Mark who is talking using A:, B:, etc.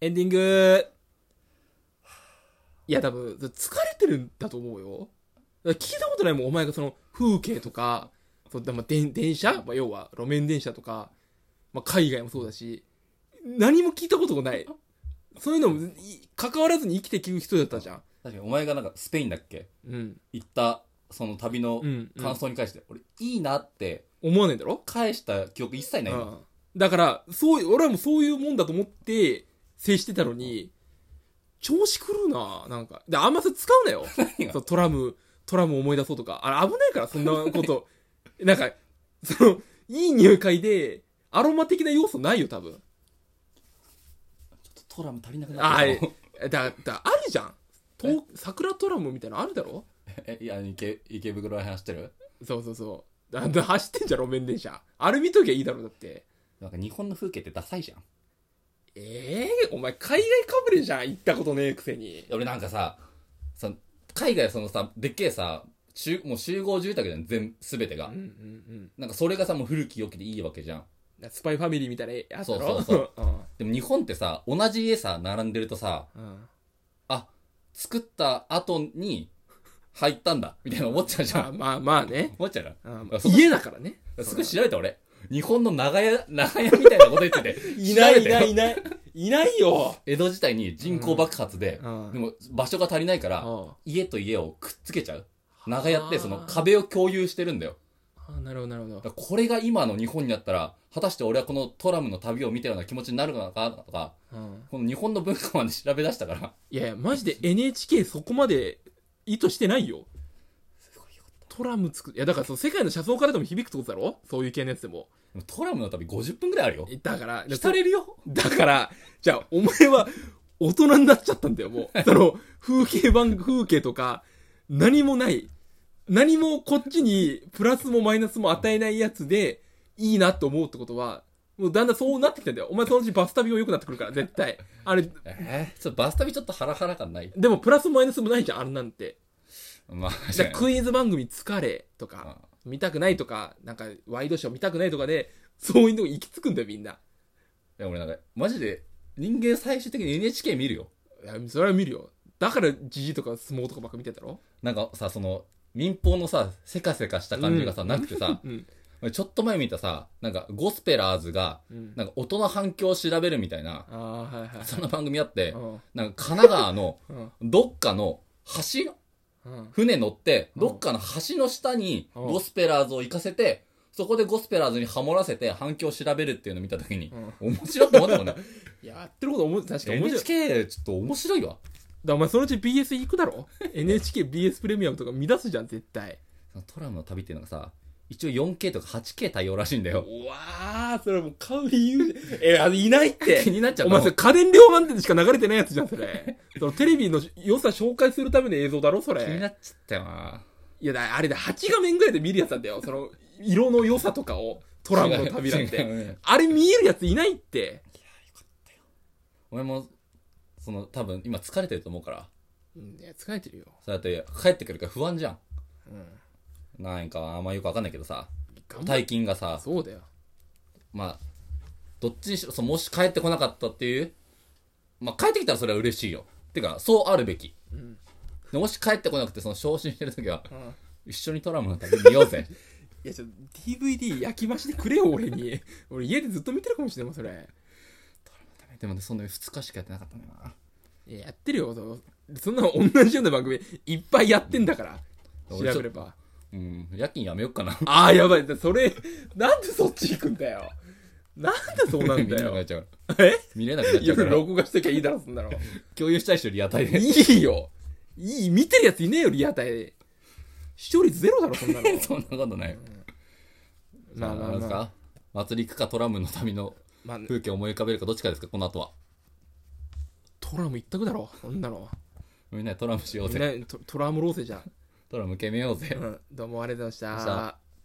A: エンディングいや多分疲れてるんだと思うよだから聞いたことないもんお前がその風景とかそうだまあ電電車、まあ、要は路面電車とか、まあ、海外もそうだし何も聞いたことがないそういうのもい関わらずに生きていく人だったじゃん
B: 確かにお前がなんかスペインだっけ
A: うん
B: 行ったその旅の
A: うんうん
B: 感想に関して、俺いいなって
A: 思わないんだろ
B: 返した記憶一切ないの、
A: うんだからそういう俺はもうそういうもんだと思って接してたのに調子狂うななんかであんまそれ使うなよ
B: 何が
A: そうトラムトラム思い出そうとかあれ危ないからそんなこと なんかそのいい匂い嗅いでアロマ的な要素ないよ多分
B: ちょっとトラム足りなくな
A: あ
B: ってきた
A: だだあるじゃん東桜トラムみたいなのあるだろ
B: えいや池池袋らへん走ってる
A: そうそうそうだだ走ってんじゃん路面電車あれ見ときゃいいだろだって
B: なんか日本の風景ってダサいじゃん
A: ええお前海外かぶれじゃん行ったことねえくせに
B: 俺なんかささ海外そのさでっけえさ集もう集合住宅じゃん全全てが、
A: うんうん
B: なんかそれがさもう古き良きでいいわけじゃん
A: うんスパイファミリーみたいなやつだろ
B: そう
A: そう
B: でも日本ってさ同じ家さ並んでるとさ
A: ん、うん、
B: あ作った後に入ったんだみたいな思っちゃうじゃ
A: あ
B: ん
A: まあまあね、
B: 思っちゃうじゃん
A: うん
B: あそう
A: 家だからね。
B: すごい調べた俺。日本の長屋、長屋みたいなこと言ってて
A: いないい
B: 調べた
A: な
B: よ
A: いいないいないよ
B: 江戸時代に人口爆発で、
A: うん
B: でも場所が足りないから、
A: あ
B: 家と家をくっつけちゃう。長屋ってその壁を共有してるんだよ。
A: あなるほどなるほど
B: だからこれが今の日本にあったら、果たして俺はこのトラムの旅を見たような気持ちになるのかとか、
A: うん
B: この日本の文化まで調べ出したから。
A: いやいやマジで NHK そこまで意図してないよトラム作るいやだからその世界の車窓からでも響くってことだろそういう系のやつでも
B: でもトラムの旅50分くらいあるよ。
A: だから
B: 浸れるよ。
A: だから、じゃあ、お前は、大人になっちゃったんだよ、 もう。その、風景版、風景とか、何もない。何もこっちに、プラスもマイナスも与えないやつで、いいなと思うってことは、もうだんだんそうなってきたんだよ。お前そのうちバス旅も良くなってくるから、絶対。あれ、
B: えー、ちょっとバス旅ちょっとハラハラ感ない。
A: でもプラスもマイナスもないじゃん、あれなんて。
B: まあ、
A: じゃあクイズ番組疲れと
B: う
A: か
B: ん、
A: 見たくないとか、なんか、ワイドショー見たくないとかで、そういうの行き着くんだよ、みんな。
B: いや俺なんか、マジで、人間最終的に NHK 見るよ。
A: いやそれは見るよ。だから、じじとか相撲とかばっか見てたろ
B: なんかさ、その、民放のさ、せかせかした感じがさ、なくてさ、
A: うん。
B: ちょっと前見たさ、なんか、ゴスペラーズが、
A: うん
B: なんか、音の反響を調べるみたいな、
A: ああはいはい
B: そんな番組あって、
A: うん
B: なんか、神奈川の、
A: うん
B: どっかの橋、
A: うん
B: 船乗って、
A: うん
B: どっかの橋の下に、
A: うん
B: ゴスペラーズを行かせて、そこでゴスペラーズにハモらせて、反響を調べるっていうのを見たときに、面白いと思 ったもんね。
A: やってること思う確かに面白いだか
B: NHK、ちょっと面白いわ。
A: らお前そのうち BS 行くだろ NHKBS プレミアムとか見出すじゃん絶対
B: そのトラムの旅っていうのがさ、一応 4K とか 8K 対応らしいんだよ。
A: うわーそれもう買う理由えあのいないっ
B: 気
A: て
B: になっちゃう
A: お
B: と思
A: 前
B: う
A: それ家電量販店でしか流れてないやつじゃんそ れそのテレビの良さ紹介するための映像だろそ
B: 気に
A: れ
B: なっちゃったよない
A: やだあれだ8画面ぐらいで見るやつなんだよその色の良さとかをトラムの旅なん
B: 違う違う違
A: て
B: う
A: あれ見えるやついないって
B: 俺もその多分今疲れてると思うから
A: うんいや疲れてるよ
B: そうやって帰ってくるから不安じゃん
A: うん
B: なんかあんまよくわかんないけどさ
A: 頑張っ
B: 大金がさ
A: そうだよ
B: まあどっちにしろそうもし帰ってこなかったっていうまあ帰ってきたらそれは嬉しいよてかそうあるべき、
A: ん
B: でもし帰ってこなくてその昇進してる時は、
A: ん
B: 一緒にトラムの旅見ようぜ
A: いや、ちょっと DVD 焼き増しでくれよ、俺に。 俺家でずっと見てるかもしれないもん、それ。
B: でもねそんな2日しかやってなかったんだよない
A: や、やってるよ。そのそんなの同じような番組いっぱいやってんだから。調
B: 俺ちょ
A: べれば。
B: うん夜勤やめようかな
A: ああ、やばい。それ、なんでそっち行くんだよ。なんでそうなん
B: 見れ
A: だ
B: なくなっ
A: よ。
B: ちゃうから
A: え
B: 見れなくなっちゃうか
A: 夜
B: ら
A: 録画しときゃ いいだろ、そんなの。
B: 共有したい人リアタイで
A: いいよ。いい、見てるやついねえよ、リアタイで。視聴率ゼロだろ、そんなの。
B: そんなことないよ
A: まあまあ
B: なんです
A: まあ。
B: か祭り行くかトラムの旅の
A: まあ、
B: 風景を思い浮かべるかどっちかですかこの後は
A: トラム一択だろ、そんなの。
B: みんなでトラムしようぜ
A: ね、トトラムローセじゃん。
B: トラム決めようぜ
A: うん、どうもありがとうございまし
B: ありがとうございま
A: た。